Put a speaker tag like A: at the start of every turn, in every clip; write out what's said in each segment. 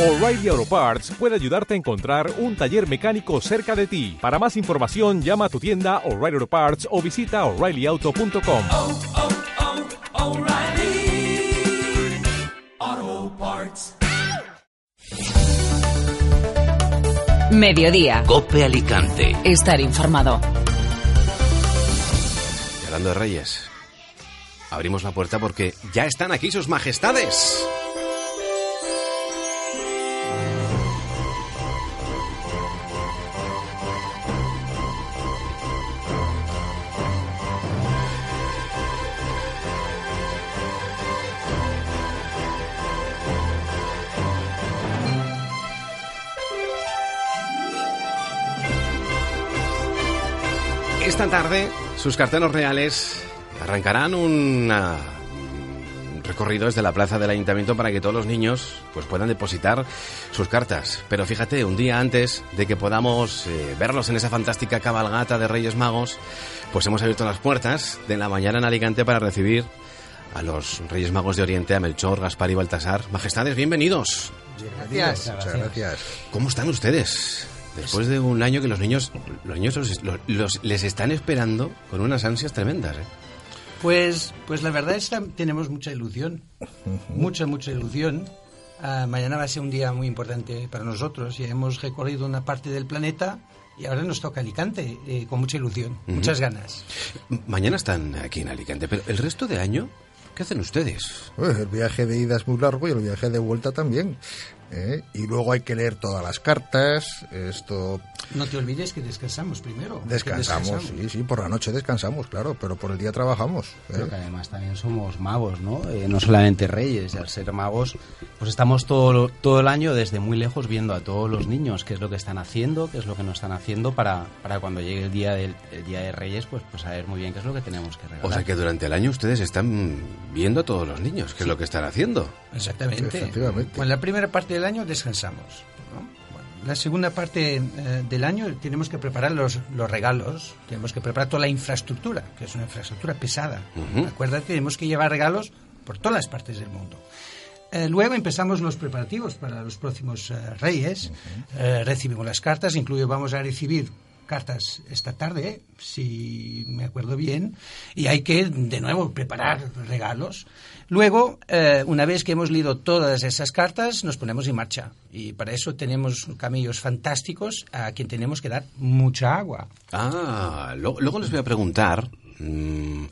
A: O'Reilly Auto Parts puede ayudarte a encontrar un taller mecánico cerca de ti. Para más información, llama a tu tienda O'Reilly Auto Parts o visita oreillyauto.com.
B: O'Reilly Auto Parts.
C: Mediodía.
D: Cope Alicante.
C: Estar informado.
D: Y hablando de reyes, abrimos la puerta porque ya están aquí sus majestades. Esta tarde, sus cartelos reales arrancarán una- un recorrido desde la plaza del ayuntamiento para que todos los niños pues puedan depositar sus cartas. Pero fíjate, un día antes de que podamos eh, verlos en esa fantástica cabalgata de Reyes Magos, pues hemos abierto las puertas de la mañana en Alicante para recibir a los Reyes Magos de Oriente, a Melchor, Gaspar y Baltasar. Majestades, bienvenidos.
E: Gracias. Muchas gracias.
D: ¿Cómo están ustedes? Después de un año que los niños, los niños los- los- los- les están esperando con unas ansias tremendas. ¿eh?
F: Pues, pues la verdad es que tenemos mucha ilusión, mucha, mucha ilusión. Ah, mañana va a ser un día muy importante para nosotros. Ya hemos recorrido una parte del planeta y ahora nos toca Alicante eh, con mucha ilusión, muchas ganas.
D: M- Mañana están aquí en Alicante, pero el resto de año, ¿qué hacen ustedes?
E: Pues el viaje de ida es muy largo y el viaje de vuelta también. ¿eh? Y luego hay que leer todas las cartas. Esto
F: No te olvides que descansamos primero. que
E: descansamos, sí, sí, por la noche descansamos, claro, pero por el día trabajamos. ¿eh?
G: Pero que además también somos magos, ¿no? Eh, no solamente reyes, y al ser magos, pues estamos todo, lo- todo el año desde muy lejos viendo a todos los niños qué es lo que están haciendo, qué es lo que no están haciendo para, para cuando llegue el día, del, el día de reyes, pues, pues saber muy bien qué es lo que tenemos que regalar.
D: O sea que durante el año ustedes están viendo a todos los niños, qué es lo que están haciendo.
F: Exactamente.
E: Efectivamente.
F: Bueno, la primera parte del año descansamos. ¿no? Bueno, la segunda parte eh, del año tenemos que preparar los, los regalos, tenemos que preparar toda la infraestructura, que es una infraestructura pesada. Acuérdate, tenemos que llevar regalos por todas las partes del mundo. Eh, luego empezamos los preparativos para los próximos eh, reyes. Eh, recibimos las cartas, incluso vamos a recibir cartas esta tarde, si me acuerdo bien, y hay que de nuevo preparar regalos. Luego, eh, una vez que hemos leído todas esas cartas, nos ponemos en marcha. Y para eso tenemos camellos fantásticos a quien tenemos que dar mucha agua.
D: Ah, lo- luego les voy a preguntar mm,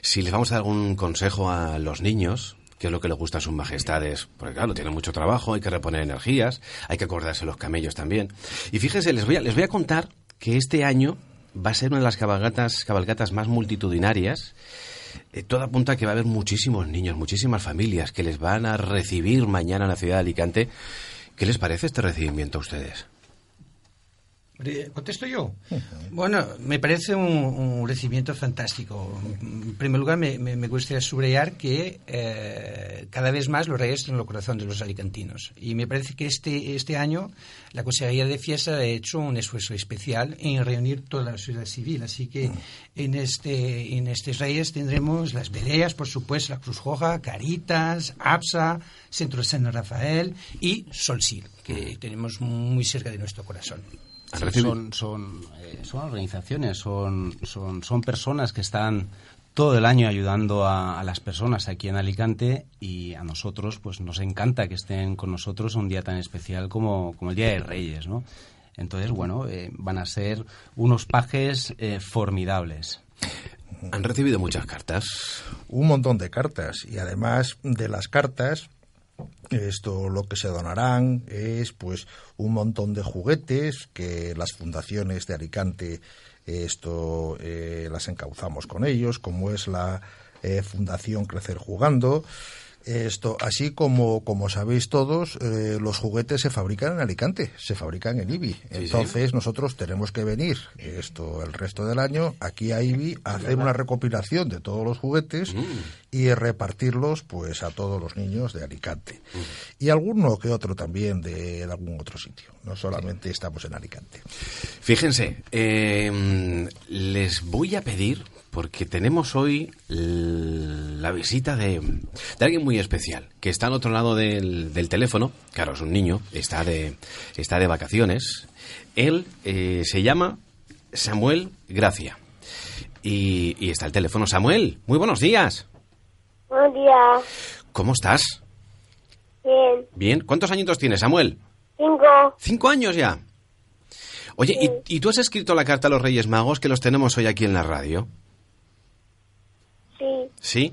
D: si les vamos a dar algún consejo a los niños, qué es lo que les gusta a sus majestades, porque claro, tienen mucho trabajo, hay que reponer energías, hay que acordarse los camellos también. Y fíjense, les voy a, les voy a contar que este año va a ser una de las cabalgatas, cabalgatas más multitudinarias. Eh, todo apunta a que va a haber muchísimos niños, muchísimas familias que les van a recibir mañana en la ciudad de Alicante. ¿Qué les parece este recibimiento a ustedes?
F: Re- ¿Contesto yo? Bueno, me parece un, un recibimiento fantástico. En primer lugar, me, me- me gustaría subrayar que eh, cada vez más los reyes están en el corazón de los alicantinos. Y me parece que este, este año la Consejería de Fiesta ha hecho un esfuerzo especial en reunir toda la sociedad civil. Así que en, este, en estos reyes tendremos las peleas, por supuesto, la Cruz Roja, Caritas, APSA, Centro San Rafael y Solsil, que tenemos muy cerca de nuestro corazón.
D: ¿Han
G: Sí,
D: recibido-
G: son, son, eh, son organizaciones, son, son, son personas que están todo el año ayudando a, a las personas aquí en Alicante y a nosotros pues nos encanta que estén con nosotros un día tan especial como, como el Día de Reyes, ¿no? Entonces, bueno, eh, van a ser unos pajes eh, formidables.
D: ¿Han recibido muchas cartas?
E: un montón de cartas y además de las cartas esto lo que se donarán es pues un montón de juguetes que las fundaciones de Alicante esto eh, las encauzamos con ellos como es la eh, fundación Crecer Jugando esto así como como sabéis todos eh, los juguetes se fabrican en Alicante se fabrican en IBI entonces nosotros tenemos que venir esto el resto del año aquí a IBI a hacer una recopilación de todos los juguetes y repartirlos pues a todos los niños de Alicante y alguno que otro también de, de algún otro sitio no solamente estamos en Alicante
D: Fíjense, eh, les em, voy a pedir porque tenemos hoy l- la visita de, de alguien muy especial, que está al otro lado del, del teléfono, claro, es un niño, está de, está de vacaciones. Él eh, se llama Samuel Gracia y, y está al teléfono. Samuel, muy buenos días.
C: Buenos días.
D: ¿Cómo estás?
C: Bien.
D: Bien. ¿Cuántos añitos tienes, Samuel?
C: Cinco.
D: Cinco años ya. Oye, ¿y, y tú has escrito la carta a los Reyes Magos que los tenemos hoy aquí en la radio?
C: Sí.
D: Sí.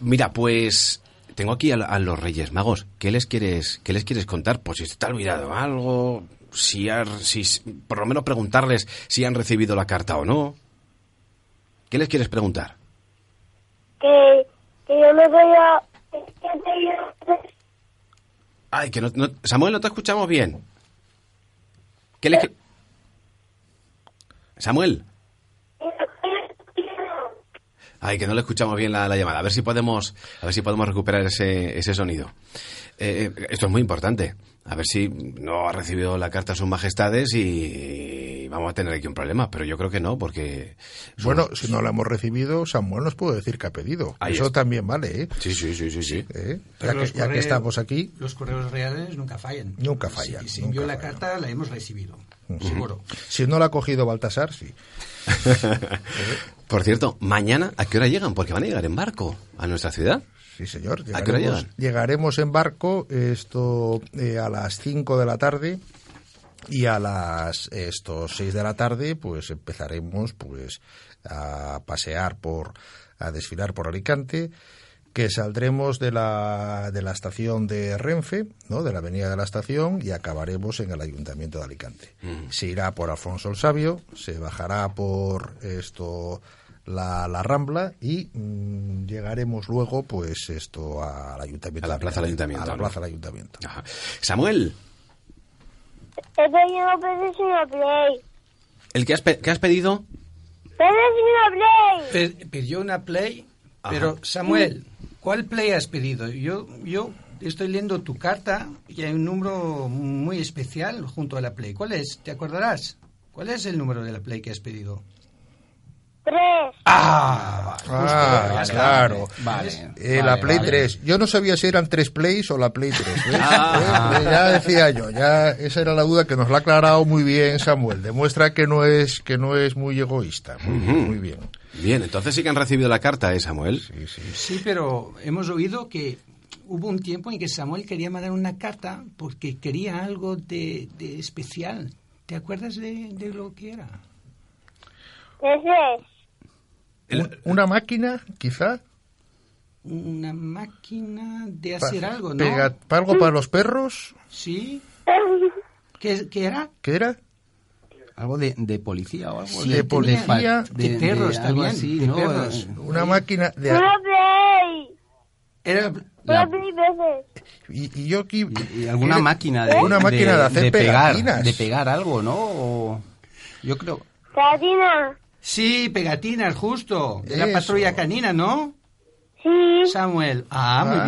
D: Mira, pues tengo aquí a, a los Reyes Magos. ¿Qué les quieres, qué les quieres contar? Pues si te ha olvidado algo, si, har- si por lo menos preguntarles si han recibido la carta o no. ¿Qué les quieres preguntar?
C: Que, que yo no soy yo. Que yo
D: Ay, que no, no- Samuel, no te escuchamos bien. ¿Qué les que- Samuel, ay, que no le escuchamos bien la, la llamada. A ver si podemos, a ver si podemos recuperar ese, ese sonido. Eh, eh, esto es muy importante. A ver si no ha recibido la carta a sus majestades y vamos a tener aquí un problema. Pero yo creo que no, porque
E: Bueno, si no la hemos recibido, Samuel nos puede decir que ha pedido.
D: Ahí
E: Eso
D: está.
E: también vale, ¿eh?
D: sí, sí, sí, sí, sí.
E: ¿Eh? Ya,
F: Pero
E: que,
F: los
E: ya que
F: correos-
E: estamos aquí,
F: Los correos reales nunca fallan.
E: Nunca fallan,
F: Si, si
E: nunca
F: envió la
E: fallan.
F: carta, la hemos recibido. Seguro.
E: si no la ha cogido Baltasar, sí.
D: Por cierto, mañana a qué hora llegan? Porque van a llegar en barco a nuestra ciudad.
E: Sí, señor.
D: ¿A qué hora
E: Llegaremos,
D: llegan?
E: llegaremos en barco esto eh, a las 5 de la tarde y a las estos 6 de la tarde pues empezaremos pues a pasear por a desfilar por Alicante que saldremos de la, de la estación de Renfe, ¿no? de la avenida de la estación, y acabaremos en el Ayuntamiento de Alicante.
D: Mm.
E: Se irá por Alfonso el Sabio, se bajará por esto la, la Rambla y mm, llegaremos luego pues esto al Ayuntamiento.
D: A la
E: de
D: plaza del
E: Alicante,
D: Ayuntamiento,
E: A la
D: ¿no?
E: plaza del Ayuntamiento.
D: Ajá. Samuel,
C: He pedido peces y una play.
D: el que has, pe- que has pedido
C: ¡Peces y una play!
F: Pe- pidió una play,
D: Ajá.
F: pero Samuel, ¿cuál play has pedido? Yo, yo estoy leyendo tu carta y hay un número muy especial junto a la play. ¿Cuál es? ¿Te acordarás? ¿Cuál es el número de la play que has pedido?
C: Tres.
F: Ah,
E: Ah, claro.
G: Vale.
E: Eh,
G: vale,
E: la Play
G: vale.
E: 3. Yo no sabía si eran tres Plays o la Play 3. ¿ves?
D: Ah.
E: Eh, Ya decía yo, ya esa era la duda que nos la ha aclarado muy bien Samuel. Demuestra que no es que no es muy egoísta. Muy, bien, muy bien.
D: Bien, entonces sí que han recibido la carta, ¿eh, Samuel?
F: Sí, pero hemos oído que hubo un tiempo en que Samuel quería mandar una carta porque quería algo de, de especial. ¿Te acuerdas de, de lo que era?
C: Peces.
E: Un- Una máquina, quizá,
F: Una máquina de
E: pa-
F: hacer algo, ¿no?
E: pega- pa- algo para los perros,
F: Sí. ¿Qué, qué era?
E: ¿qué era?
G: Algo de, de policía o algo.
E: Sí, de policía.
F: De perros
G: algo
F: también,
G: así,
F: de
G: ¿no?
F: perros.
E: Una máquina de
C: ¡Una play!
F: Era
C: ¡Una
G: La-
C: play peces!
E: y, y yo aquí
G: Y, y alguna
E: ¿qué-
G: máquina de,
E: Una máquina de hacer
G: pegar,
E: pegatinas.
G: de pegar algo, ¿no? O- yo creo.
C: ¡Catina!
F: Sí, pegatinas, justo. De la
E: Eso.
F: patrulla canina, ¿no?
C: Sí.
F: Samuel. Ah, muy
E: Ah,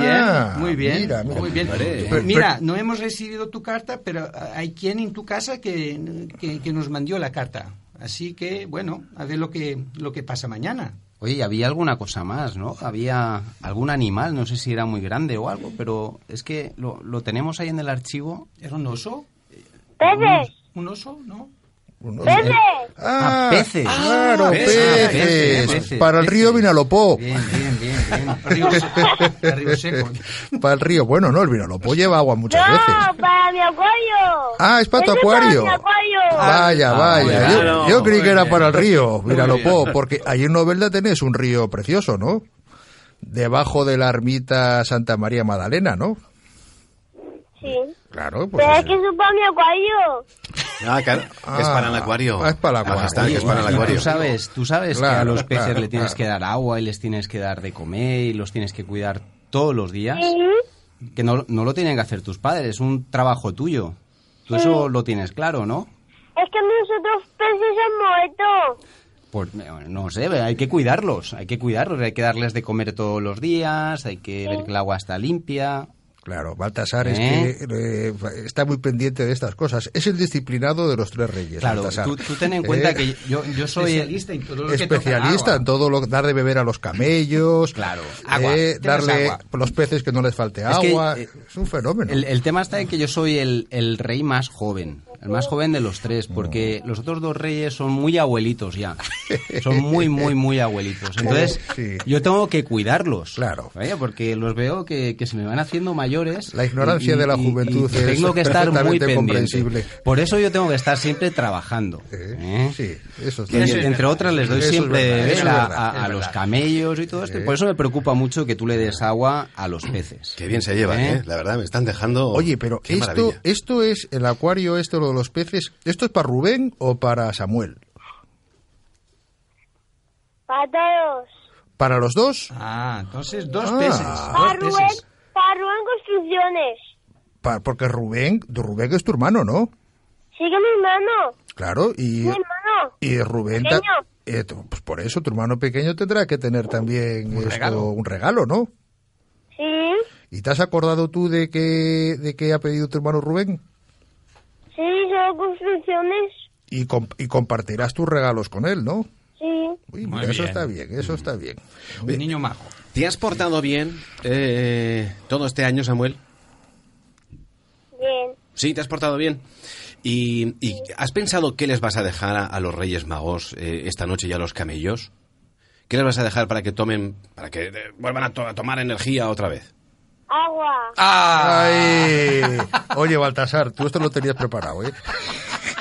F: bien, muy bien.
E: mira, mira.
F: muy bien.
D: Hombre.
F: Pero- Mira, no hemos recibido tu carta, pero hay quien en tu casa que, que, que nos mandó la carta. Así que, bueno, a ver lo que, lo que pasa mañana.
G: Oye, y había alguna cosa más, ¿no? Había algún animal, no sé si era muy grande o algo, pero es que lo, lo tenemos ahí en el archivo.
F: ¿Era un oso?
E: Mm, eh,
C: ¡Peces!
F: ¿Un oso? ¿no?
E: unos-
C: ¡Peces!
E: Ah,
G: Ah, peces.
E: Claro,
D: Ah,
E: peces.
G: peces, peces,
E: Para el río
G: peces.
E: Vinalopó.
G: Bien, bien, bien, bien.
F: Río seco. Río seco.
E: Para el río. Bueno, no, el Vinalopó lleva agua muchas veces.
C: ¡No! ¡Para mi acuario!
E: Ah, es para tu
C: Ese
E: acuario.
C: ¡Para mi acuario!
E: Vaya,
G: Ah,
E: vaya. Yo-
D: claro.
E: yo, creí que era para el río,
F: Muy
E: Vinalopó, porque ahí en Novelda tenés un río precioso, ¿no? Debajo de la ermita Santa María Magdalena, ¿no?
C: Sí.
E: Claro, pues.
C: Pero es
E: ese.
C: que es para mi acuario.
D: Ah, claro, que es para el acuario.
E: Ah, es para el acuario.
D: Majestad, que es para el
G: Y
D: acuario.
G: Tú sabes, tú sabes que a
E: Claro,
G: los peces
E: claro,
G: le tienes
E: claro.
G: que dar agua y les tienes que dar de comer y los tienes que cuidar todos los días.
C: Sí.
G: Que no, no lo tienen que hacer tus padres, es un trabajo tuyo. Tú eso lo tienes claro, ¿no?
C: Es que nosotros peces han muerto.
G: Pues no no sé, hay que cuidarlos, hay que cuidarlos, hay que darles de comer todos los días, hay que ver que el agua está limpia.
E: Claro, Baltasar es
G: ¿Eh?
E: que, eh, está muy pendiente de estas cosas. Es el disciplinado de los tres reyes.
G: Claro,
E: Baltasar.
G: tú, tú ten en cuenta
E: Eh,
G: que yo, yo soy
F: especialista en todo lo que toca
E: especialista en todo lo dar de beber a los camellos,
G: Claro,
E: eh,
G: agua, tienes
E: darle
G: agua.
E: los peces que no les falte
G: Es que,
E: agua,
G: eh,
E: es un fenómeno.
G: El, el tema está en que yo soy el, el rey más joven, el más joven de los tres,
E: Mm.
G: porque los otros dos reyes son muy abuelitos ya. Son muy, muy, muy abuelitos. Entonces,
E: Sí.
G: yo tengo que cuidarlos.
E: Claro.
G: ¿eh? Porque los veo que, que se me van haciendo mayores.
E: La ignorancia
G: y-
E: de la
G: y- y
E: juventud es
G: Tengo que estar muy
E: perfectamente
G: pendiente.
E: comprensible.
G: Por eso yo tengo que estar siempre trabajando.
E: Eh,
G: ¿eh?
E: Sí, eso
G: Y,
E: está bien.
G: entre otras les doy
E: Eso es
G: siempre de
E: verdad,
G: beber
E: eso es
G: a,
E: verdad.
G: a- a los camellos y todo esto. y Por eso me preocupa mucho que tú le des agua a los peces.
D: Qué bien se llevan,
G: ¿Eh?
D: ¿eh? La verdad, me están dejando...
E: Oye, pero
D: Qué
E: esto,
D: maravilla.
E: esto es el acuario, esto lo de los peces, ¿esto es para Rubén o para Samuel?
C: Para todos.
E: ¿Para los dos?
F: Ah, entonces dos
E: Ah.
F: peces.
C: Para
F: Dos
C: Rubén,
F: peces.
C: para Rubén Construcciones.
E: Pa- porque Rubén, Rubén es tu hermano, ¿no?
C: Sigue mi hermano.
E: Claro, y,
C: Mi hermano.
E: y Rubén... ta-
C: pequeño.
E: eh, tu- pues por eso tu hermano pequeño tendrá que tener también esto,
F: regalo.
E: un regalo, ¿no?
C: Sí,
E: ¿Y te has acordado tú de que, de que ha pedido tu hermano Rubén?
C: sí, solo construcciones.
E: Y, comp- y compartirás tus regalos con él, ¿no?
C: Sí.
E: Uy,
F: Muy
E: mira, eso
F: bien.
E: está bien, eso está bien.
F: Un niño majo.
D: ¿Te has portado bien eh, todo este año, Samuel?
C: Bien.
D: Sí, te has portado bien. ¿Y, y has pensado qué les vas a dejar a, a los Reyes Magos eh, esta noche y a los camellos? ¿Qué les vas a dejar para que tomen, para que eh, vuelvan a, to- a tomar energía otra vez?
C: Agua.
E: Ah. Ay. Oye, Baltasar, tú esto lo tenías preparado, ¿eh?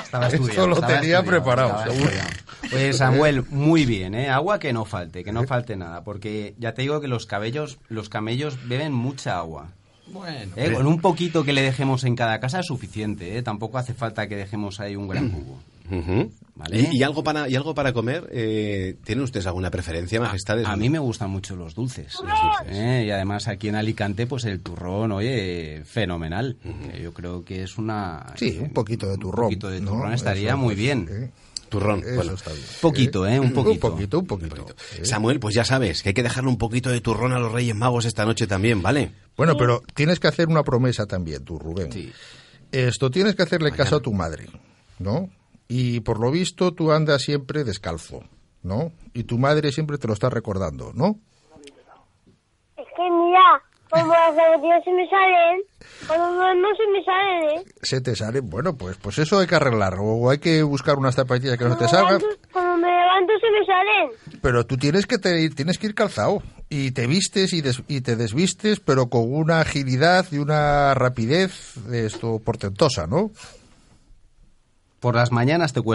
G: Estaba
E: Esto
G: estudiado,
E: lo
G: estaba
E: tenía
G: estudiado,
E: preparado,
G: estaba
E: seguro.
G: estudiado. Pues Samuel, muy bien, ¿eh? agua que no falte, que no falte nada, porque ya te digo que los cabellos, los camellos beben mucha agua.
F: Bueno.
G: ¿eh? Con un poquito que le dejemos en cada casa es suficiente, ¿eh? tampoco hace falta que dejemos ahí un gran cubo.
D: Ujú.
G: Vale.
D: ¿Y, y algo para, ¿Y algo para comer? Eh, ¿Tienen ustedes alguna preferencia, majestades?
G: A mí me gustan mucho los dulces. ¿eh? Y además aquí en Alicante, pues el turrón, oye, fenomenal. Que Yo creo que es una...
E: Sí,
G: eh,
E: un poquito de turrón.
G: Un poquito de
E: ¿no?
G: turrón estaría
E: Eso,
G: muy
E: pues,
G: bien.
E: ¿eh?
D: Turrón.
E: Eso
D: bueno.
E: está bien.
G: Poquito, ¿eh? Un poquito.
E: Un poquito, un poquito. ¿eh?
D: Samuel, pues ya sabes que hay que dejarle un poquito de turrón a los Reyes Magos esta noche también, ¿vale?
E: Bueno, pero tienes que hacer una promesa también, tú, Rubén.
G: Sí.
E: Esto tienes que hacerle caso a tu madre, ¿no? Y por lo visto tú andas siempre descalzo, ¿no? Y tu madre siempre te lo está recordando, ¿no?
C: Es que mira, como las zapatillas se me salen, cuando duermo se me salen, ¿eh?
E: Se te sale, bueno, pues pues eso hay que arreglar o hay que buscar unas zapatillas que no te
C: Cuando me
E: salgan,
C: levanto- Cuando me levanto se me salen.
E: pero tú tienes que te, tienes que ir calzado y te vistes y, des- y te desvistes, pero con una agilidad y una rapidez esto portentosa, ¿no?
G: Por las mañanas te cuesta